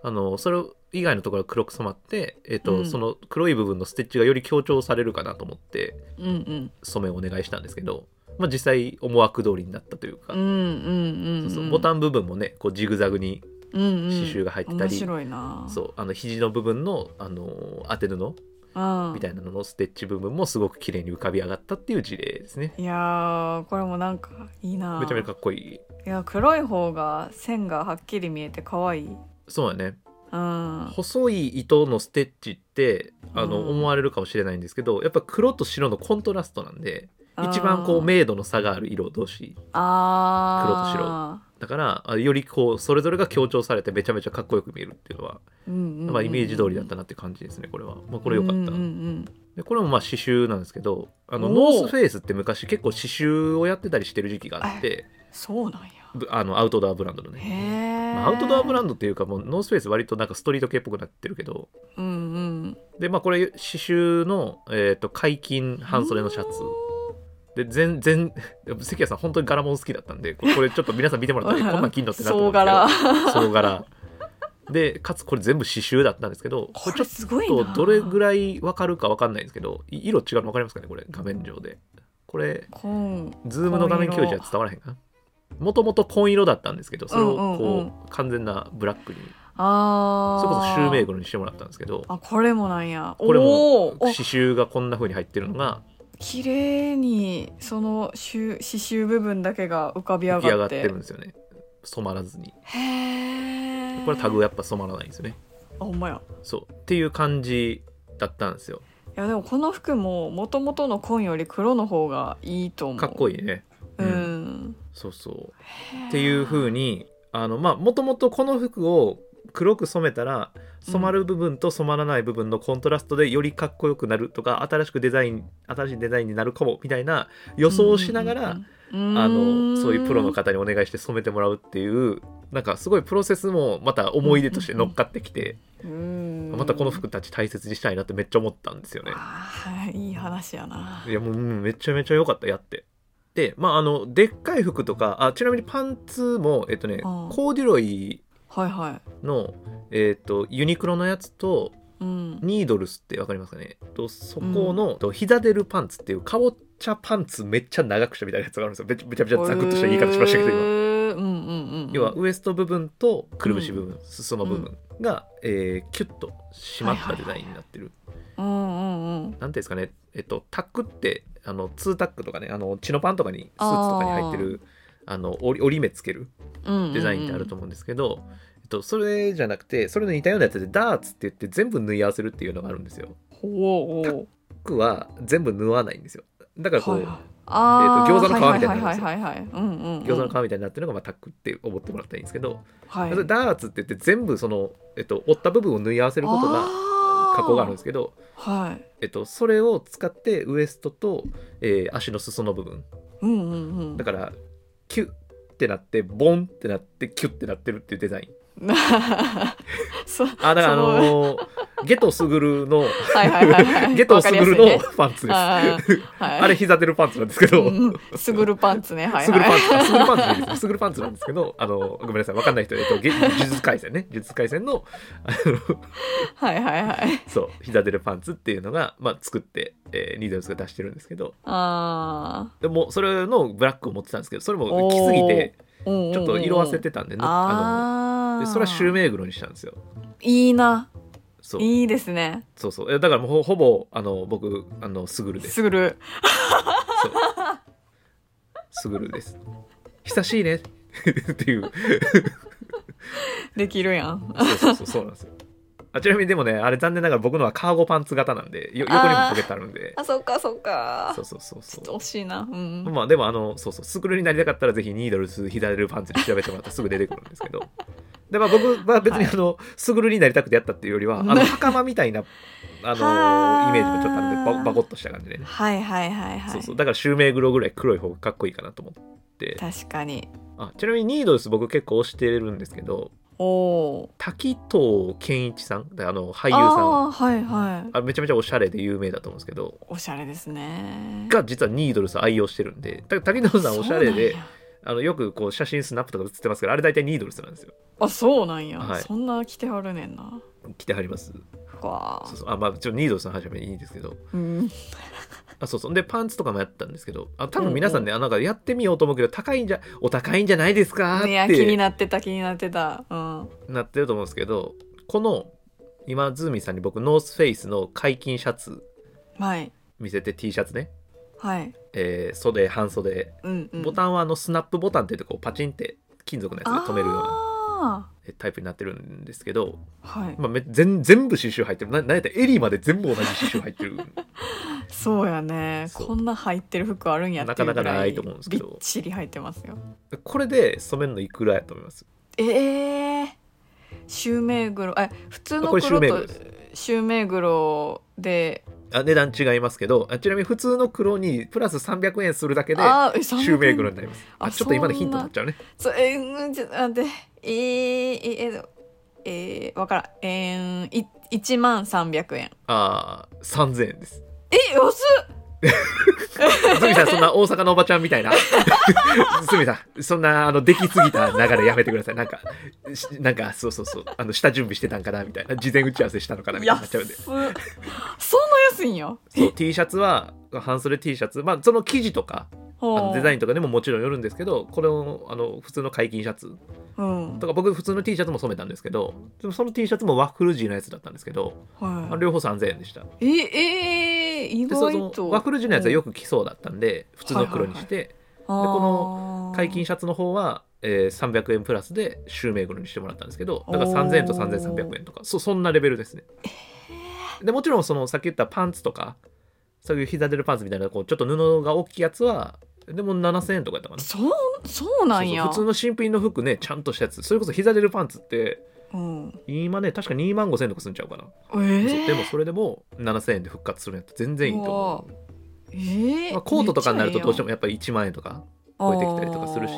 あのそれ以外のところが黒く染まって、えっと
うん
その黒い部分のステッチがより強調されるかなと思って
うんうん
染めをお願いしたんですけど、まあ、実際思惑通りになったというか、
うんうんうんうん
そうそうボタン部分もねこうジグザグに
うんうん
刺繍が入ってた
面
り、
白いな
そうあの肘の部分の、あのー当て布
うん
みたいなののステッチ部分もすごく綺麗に浮かび上がったっていう事例ですね。
いやーこれもなんかいいな
めちゃめちゃかっこいい。
いや黒い方が線がはっきり見えて可愛いうん
そうだね。
あ
細い糸のステッチってあの、
うん
思われるかもしれないんですけどやっぱ黒と白のコントラストなんで
ー
一番こう明度の差がある色同士
あー
だからあよりこうそれぞれが強調されてめちゃめちゃかっこよく見えるっていうのは、
うんうんうん
まあ、イメージ通りだったなって感じですねこれは、まあ、これ良かった、
うんうんうん
でこれもまあ刺繍なんですけどあの
おー
ノースフェイスって昔結構刺繍をやってたりしてる時期があって
そうなんや
ぶあのアウトドアブランドの
へ
ね、
え、
まあアウトドアブラ
ン
ンドっていうかもうノースフェイス割となんかストリート系っぽくなってるけど
ドうんうん
でまあこれ刺繍の、えー、と解禁半袖のシャツで全 然関谷さん本当に柄物好きだったんでこれこれちょっと皆さん見てもらった らこんなん金のってなると思
総
うんで
柄
すけど総柄でかつこれ全部刺繍だったんですけど
こ
これ
れ
ち
すごい
ょっ
な
とどれぐらいわかるかわかんないんですけどい色違うの分かりますかねこれ画面上でこれ
紺
ズームの画面共有じゃ伝わらへんかなもともと紺色だったんですけどそれを
う
こう,、
んうんうん
完全なブラックに
ああ
それこそ襲名黒にしてもらったんですけど
あこれもなんや
これも
おーお
刺繍がこんな風に入ってるのが
綺麗にその刺繍部分だけが浮かび上
浮き上
が
がっ
って
てるんですよね染まらずに
へえ
これはタグはやっぱ染まらないんですよね
あほんまや
そうっていう感じだったんですよ
いやでもこの服も元々の紺より黒の方がいいと思う
かっこ
いい
いいね
う
うん
ん、
そうそうっていう風にあのまあもともとこの服を黒く染めたら染まる部分と染まらない部分のコントラストでよりかっこよくなるとか新しくデザイン新しいデザインになるかもみたいな予想をしながら、あのそういうプロの方にお願いして染めてもらうっていうなんかすごいプロセスもまた思い出として乗っかってきて、またこの服たち大切にしたいなってめっちゃ思ったんですよね。
あーいい話やない
やもううんめちゃめちゃ良かったやって。でまああのでっかい服とかあちなみにパンツもえっとね
ああ
コーデュロイ
はいはい
の、えっとユニクロのやつと
うん
ニードルスってわかりますかねとそこの、と膝出るパンツっていうかぼちゃパンツめっちゃ長くしたみたいなやつがあるんですよべちゃべちゃべちゃザクッとした言い方しましたけど今
え。ーうんうんうん
要はウエスト部分とくるぶし部分、裾の部分が、えーキュッと締まったデザインになってる、
うんうんうん
なんていうんですかねえっとタックってあのツータックとかねあのチノパンとかにスーツとかに入ってるあの折り折り目つける
うんうん
デザインってあると思うんですけど、えっと、それじゃなくてそれの似たようなやつでダーツって言って全部縫い合わせるっていうのがあるんですよ
ほうほう
服は全部縫わないんですよだからこう、
はいはいあ
え
ー
っと餃子の皮みたいになるんですよ
はいはいはいはいはいうんうんうん
餃子の皮みたいになってるのが、まあ、タックって思ってもらったらいいんですけど、
はい
それダーツって言って全部その、えっと、折った部分を縫い合わせることが
あー
加工があるんですけど、
はい
えっと、それを使ってウエストと、えー足の裾の部分
うんうんうん
だからキュッってなってボンってなってキュッってなってるっていうデザイン
そ
あだから
そ
あ
の
のーゲトスグルの
はい はいはいはい
ゲトスグル
わかりや
の
すいね
パンツです、
あーはい
あれ膝出るパンツなんですけど、
うんうんスグルパンツねはい
スグル
は
パン
い
ツあスグルパンツじゃないですスグルパンツなんですけどあのごめんなさいわかんない人えっとゲ呪術廻戦ね呪術廻戦のあの
はいはいはい
そう膝出るパンツっていうのが、まあ、作って、えーニードルスが出してるんですけど
あ
でもそれのブラックを持ってたんですけどそれも着すぎて
ーうんうんうん
ちょっと色あせてたんで、
あ
あの
ー
でそれは襲名黒にしたんですよ
いいな
そう
いいですね
そうそうえだからもうほほぼあの僕あのスグルです
スグル
そうスグルです久しいね っていう
できるや ん
そうそうそうそうなんですよあちなみにでもねあれ残念ながら僕のはカーゴパンツ型なんでよ横にもポケットあるんで
あそっかそっか
そうそうそうそう
ちょっと惜しいなうん
まあでもあのそうそうスクールになりたかったらぜひニードルス左ルパンツに調べてもらったらすぐ出てくるんですけどで、まあ、僕は別にあの、スクールになりたくてやったっていうよりはあの袴みたいなあ
はー
のイメージもちょっとあるんでババコッとした感じでね、
はいはいはいはい
そうそうだから襲名黒ぐらい黒い方がかっこいいかなと思って
確かに
あちなみにニードルス僕結構推してるんですけど
おお
滝藤健一さんだからあの俳優さんあ
ああーはいはい
めちゃめちゃおしゃれで有名だと思うんですけど
おしゃれですね
が実はニードルス愛用してるんでた滝藤さんおしゃれで
そうなんや
あのよくこう写真スナップとか写ってますけどあれ大体ニードルスなんですよ
あそうなんや、
はい
そんな着てはるねんな
来てはります
うわ
そうそうあまあちょニードルスの話はいいんですけど
うん
あそうそうでパンツとかもやったんですけどあ多分皆さんね、あなんかやってみようと思うけど高いんじゃお高いんじゃないですかっ
いや気
て
になってた気になってたうん
なってると思うんですけどこの今ズーミンさんに僕ノースフェイスの解禁シャツ
はい
見せて T シャツね、
はい
えー袖半袖
うんうん
ボ
ン
タンはあのスナップボタンっていうとこうパチンって金属のやつで止めるようなえタイプになってるんですけど、
はい
まあ、め全全部刺繍入ってるななんやったら襟まで全部同じ刺繍入ってる
そうやね
そう
こんな入ってる服あるんやっていうぐらい
なかなかないと思うんですけど
びっちり入ってますよ
これで染めるのいくらやと思います
ええー、襲名黒え普通
あ
の
これ襲
黒
名
と
黒です
襲名黒で
あ値段違いますけどあちなみに普通の黒にプラス300円するだけで
あーえそんな
襲名黒になりますあ
あ
ちょっと今でヒント
そんな
になっちゃうね
そうえーうんちょっと待ってえー、えー、えー、えー、わからんえー、い1万300円
あー3000円です
え安っ
ズミさんそんな大阪のおばちゃんみたいな ズミさんそんなあのできすぎた流れやめてくださいなんかしなんかそうそうそうあの下準備してたんかなみたいな事前打ち合わせしたのかなみたいになっちゃうんで
安っそんな安いんや
そう T シャツは半袖 T シャツまあその生地とかあのデザインとかでももちろんよるんですけどこれをあの普通の解禁シャツ
ン、うん
とか僕普通の T シャツも染めたんですけどでもその T シャツもワッフル地のやつだったんですけど、あ
は
の両方3000円でした
い、ええー、意
でそ
外
の
と
ワッフル地のやつはよく着そうだったんで普通の黒にして、こ
の
解禁シャツの方は、えー300円プラスで襲名黒にしてもらったんですけどだから
おー
3000円と3300円とかそそんなレベルですね、でもちろんそのさっき言ったパンツとかそういう膝出るパンツみたいなこうちょっと布が大きいやつはでも7000円とかやったかな
そうそうなんや
そうそう普通の新品の服ねちゃんとしたやつそれこそ膝出るパンツって
うん、
今ね確か2万5000円とかすんちゃうかな、
え
そう
ー、
でもそれでも7000円で復活するんやったら全然いいと思う
えー
まあ、コートとかになるとどうして
も
もやっぱり1万円とか超えてきたりとかするし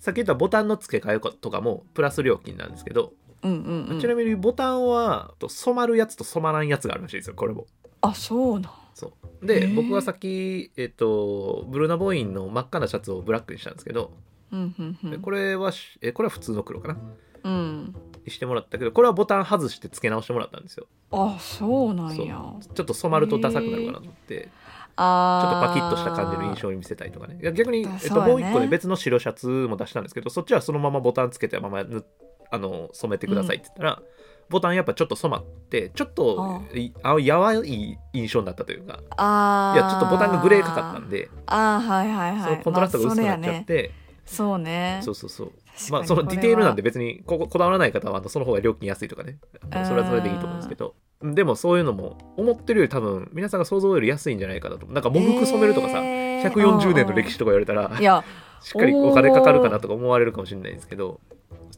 さっき言ったボタンの付け替えとかもプラス料金なんですけど、
うんうんうん、
ちなみにボタンはと染まるやつと染まらんやつがあるらしいですよこれも。
あそうなん
そうで、
へー
僕はさっき、えっとブルーナ・ボーインの真っ赤なシャツをブラックにしたんですけど、
うんうんう
で
ん
これはしえこれは普通の黒かな
うん
にしてもらったけどこれはボタン外して付け直してもらったんですよ
あそうなんや
ちょっと染まるとダサくなるかなと思って、
あ
ちょっ
ー
とパキッとした感じの印象に見せたいとかねいや逆に、
あ
えっ
そうや
と、
ね
もう一個ね別の白シャツも出したんですけどそっちはそのままボタンつけたままぬあの染めてくださいって言ったら、ボタンやっぱちょっと染まってちょっといあやわい印象になったというか
あ
いやちょっとボタンがグレーかかったん
で
で、
あーはいはいはい
そのコントラストが薄くなっ
まあそ
ち
れや
ゃっ
ね
て、
そうね
そうそうそう
確かに
まあそのディテールなんで別にこここだわらない方はあのその方が料金安いとかねあのそれはそれでいいと思うんですけどでもそういうのも思ってるより多分皆さんが想像より安いんじゃないかなとなんか喪服染めるとかさ、
えー
140年の歴史とか言われたら、
いや
しっかりお金かかるかなとか思われるかもしれないですけど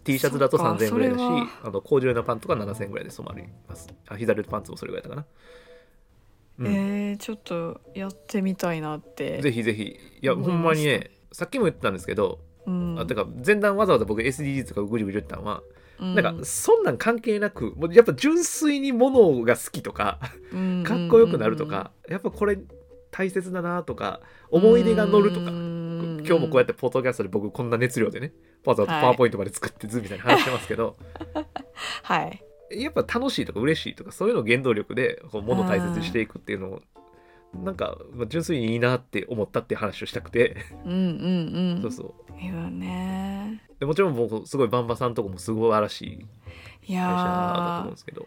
T シャツだと
そっか
3000円ぐらいだし
それは
あの工場用のパンとか7000円ぐらいで染まりますあ膝ルパンツもそれぐらいだったかな、うん
えー、ちょっとやってみたいなって
ぜひぜひいや
思いまし
ほ
た
んまにねさっきも言ってたんですけど、
うん
あてか前段わざわざ僕 SDGs とかぐじゅぐじゅ言ってたのは、
うん
なんかそんなん関係なくもうやっぱ純粋に物が好きとか
うん
かっこよくなるとか、やっぱこれ大切だなとか思い出が乗るとか、
今
今日もこうやってポッドキャストで僕こんな熱量でねわざわざパワーポイントまで作ってズみたいな話してますけど、
はい
やっぱ楽しいとか嬉しいとかそういうのを原動力でこう物を大切にしていくっていうのをなんかまあ純粋にいいなって思ったっていう話をしたくて、
うんうんうん
そうそう
いやね
でもちろん僕すごいバンバさんとかもすごい素晴らしい
い
会社だなと思うん
や
ですけど
ー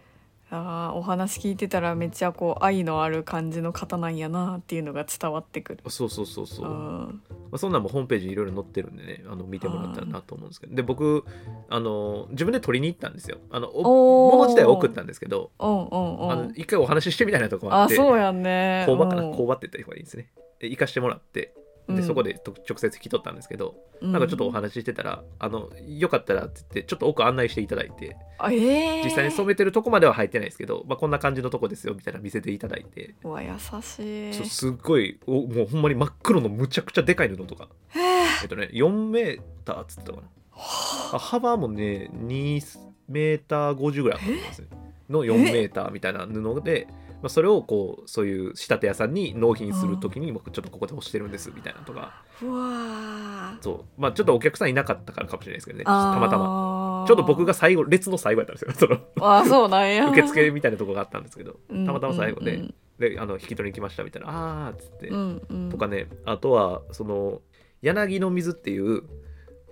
あーお話聞いてたらめっちゃこう愛のある感じの方なんやなっていうのが伝わってくる。
そうそうそうそうう、ま
ん
あ、そんなんもホームページにいろいろ載ってるんでねあの見てもらったらなと思うんですけどで僕あの自分で取りに行ったんですよあのお
お
物自体は送った
ん
んですけど
うんうんう
あの
ん。
一回お話ししてみたいなとこもあ
あ
って
そうやんね。
工場かな
うん
工場って言った方がいいですねで行かしてもらってでそこ、でと直接聞き取ったんですけど、
うん
なんかちょっとお話ししてたら「あのよかったら」って言ってちょっと奥案内していただいて
あええ
実際に染めてるとこまでは入ってないですけど、まあ、こんな感じのとこですよみたいな見せていただいて、
うわ優しい。
そうすっごいおもうほんまに真っ黒のむちゃくちゃでかい布とかえっとね4メーターっつってたかなあ幅もね2メーター50ぐらいあったと思いますねの4メーターみたいな布で、まあ、それをこうそういう仕立て屋さんに納品する時に僕ちょっとここで干してるんですみたいなとか
うわー。
そうまあちょっとお客さんいなかったからかもしれないですけどねた
あー
またまちょっと僕が。最後列の最後やったんですよその
あーそうなんや。
受付みたいなとこがあったんですけど
うん
たまたま最後で,、
うん
であの引き取りに来ましたみたいなあーっつって、
うんうん。
とかねあとはその柳の水っていう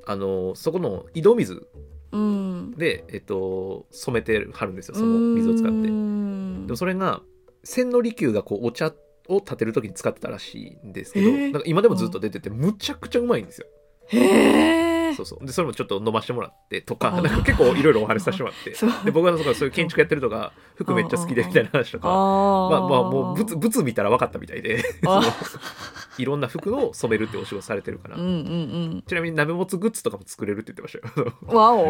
あのそこの井戸水
うん。
で、えっと、染めてはるんですよ
そ
その水を使って。で
て
もそれが千利休がこうお茶を立てる時に使ってたらしいんですけど、
えー
なんか今でもずっと出ててむちゃくちゃうまいんですよ。
へえ
そうそうでそれもちょっと飲ましてもらってとか
あー
なんか結構いろいろお話しさせてもらって
そう
で僕はそこそういう建築やってるとか服めっちゃ好きでみたいな話と
あ
か
ー
まあまあもうぶつぶつ見たら分かったみたいで
あ
いろんな服を染めるってお仕事されてるから、
うんうん
ちなみに鍋もつグッズとかも作れるって言ってましたよ。
うん。わお。
い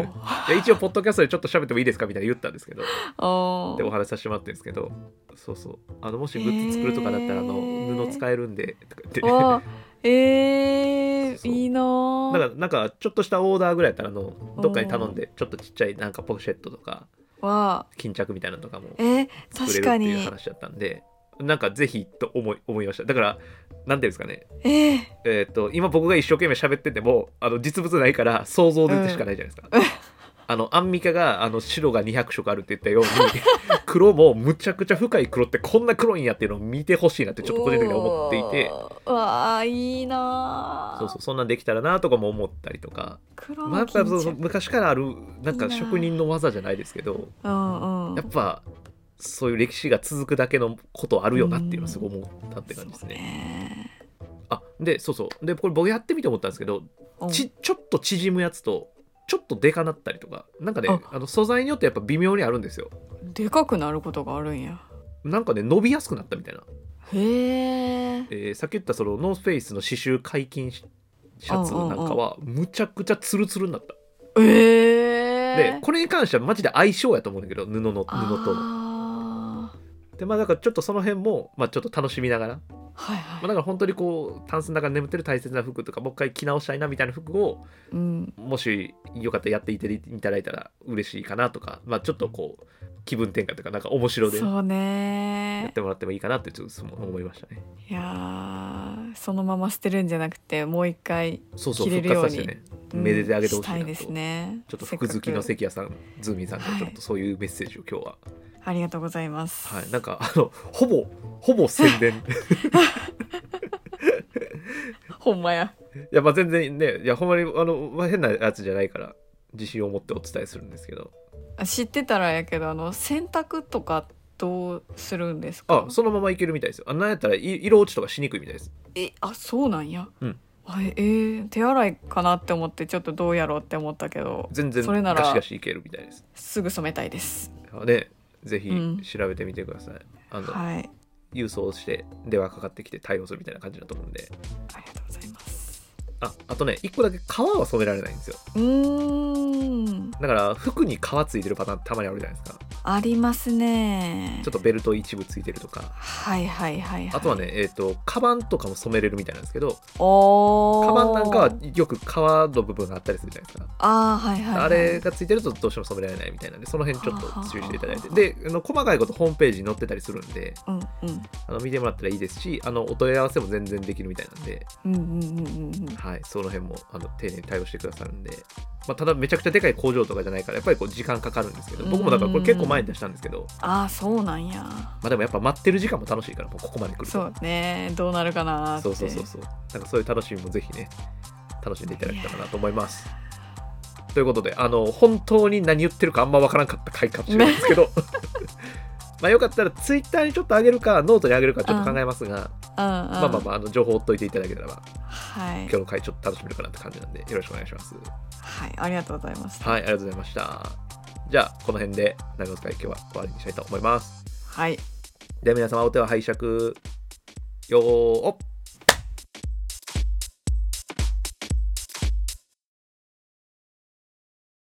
や一応ポッドキャストでちょっと喋ってもいいですかみたいな言ったんですけど
あ
でお話しさせてもらってるんですけどそうそうあのもしグッズ作るとかだったらあ
へ
の
ー
布使えるんでとか言って
ーわーえ
そう
ー、いいなー
だから なんかちょっとしたオーダーぐらいやったらあのどっかに頼んでちょっとちっちゃいなんかポシェットとか
わ
巾着みたいなのとかも
ーえー、
作
確
れるっ
か
ていう
に
話だったんでなんかぜひと思い思いましただからなんていうんですかね
えー、
えっ、と今僕が一生懸命喋っててもあの実物ないから想像でしかないじゃないですか、あのアンミカがあの白が200色あるって言ったように 黒もむちゃくちゃ深い黒ってこんな黒いんやっていうのを見てほしいなってちょっと個人的に思っていて
うわあいいなあ
そうそうそんなんできたらなとかも思ったりとか、
黒
まあ、
の
やっぱ
巾着、
そうそう昔からあるなん
いい
か
な
職人の技じゃないですけど
うんうん
やっぱそういう歴史が続くだけのことあるよなっていうのはすごい思ったって感じですね。
ね
あでそうそうでこれ僕やってみて思ったんですけど
うん
ちちょっと縮むやつとちょっとでかなったりとかなんかね
あ
あの素材によってやっぱ微妙にあるんですよ
でかくなることがあるんや
なんかね伸びやすくなったみたいな、
へえ
えーさっき言ったそのノースフェイスの刺繍解禁シシャツなんかはむちゃくちゃツルツルになった
え
でこれに関してはマジで相性やと思うんだけど布の布との
あー
でまあだからちょっとその辺も、まあ、ちょっと楽しみながら、ま
はい
あ、
はい、
だから本当にこうタンスの中に眠ってる大切な服とかもう一回着直したいなみたいな服を
うん、
もしよかったらやっていただいたら嬉しいかなとか、まあ、ちょっとこう気分転換というかなんか面白でや
そう
っ
ね
てもらってもいいかなってちょっと思いましたね。
いやーそのまま捨てるんじゃなくてもう一回、
そうそう
着れ
復
る
活
ように
させてね、
うん
めでてあげてほし
し
いな
た
と
いですね
ちょっと服好きの
せっか
関谷さんズーミンさんからちょっとそういうメッセージを今日は、
くありがとうございます
はいなんかあのほぼほぼ宣 伝
ほんまや
いやまあ全然ねいやほんまにあの、まあ、変なやつじゃないから自信を持ってお伝えするんですけど
知ってたらやけどあの洗濯とかどうするんですか
あそのままいけるみたいですよあなんやったらい色落ちとかしにくいみたいです
えあそうなんや、
うん
あええー手洗いかなって思ってちょっとどうやろうって思ったけど
全然
それな
ガ
ら
シガシいけるみたいです
すぐ染めたいです
ね、ぜひ
うん
調べてみてください。あの、
はい
郵送して電話かかってきて対応するみたいな感じだと思うんで。
ありがとうございます
あ、あとね、一個だけ革は染められないんですよ。
うーん
だから服に革ついてるパターンたまにあるじゃないですか。
ありますね
ちょっとベルト一部ついてるとか。
はいはいはいい
あとはね、えっ、と、カバンとかも染めれるみたいなんですけど、
おー
カバンなんかはよく革の部分があったりするじゃないですか。
あーはいはい、はい、
あれがついてるとどうしても染められないみたいなんで、その辺ちょっと注意していただいて。
はあはあはあ
で、あの細かいことホームページに載ってたりするんで、
うん
あの見てもらったらいいですし、あのお問い合わせも全然できるみたいなんで、
うんうんうんうんうんうん
はい、その辺もあの丁寧に対応してくださるんで、まあ、ただめちゃくちゃでかい工場とかじゃないからやっぱりこう時間かかるんですけど僕もだからこれ結構前に出したんですけど、
ああそうなんや
まあ、でもやっぱ待ってる時間も楽しいからもうここまで来ると
そうねどうなるかなーって
そうそうそうそうなんかそういう楽しみもぜひね楽しんでいただけたらなと思います。ということであの本当に何言ってるかあんまわからんかった回かもしれないで すけどまあよかったらツイッターにちょっと上げるかノートに上げるかちょっと考えますが、
うんうん
まあまあまああの情報を追っといていただけたらば
はい
今日の回ちょっと楽しめるかなって感じなんでよろしくお願いします。
はいありがとうございます
はい、ありがとうございました。じゃあ、この辺で、長尾会今日は終わりにしたいと思います。
はい
では皆様、お手は拝借。よーおっ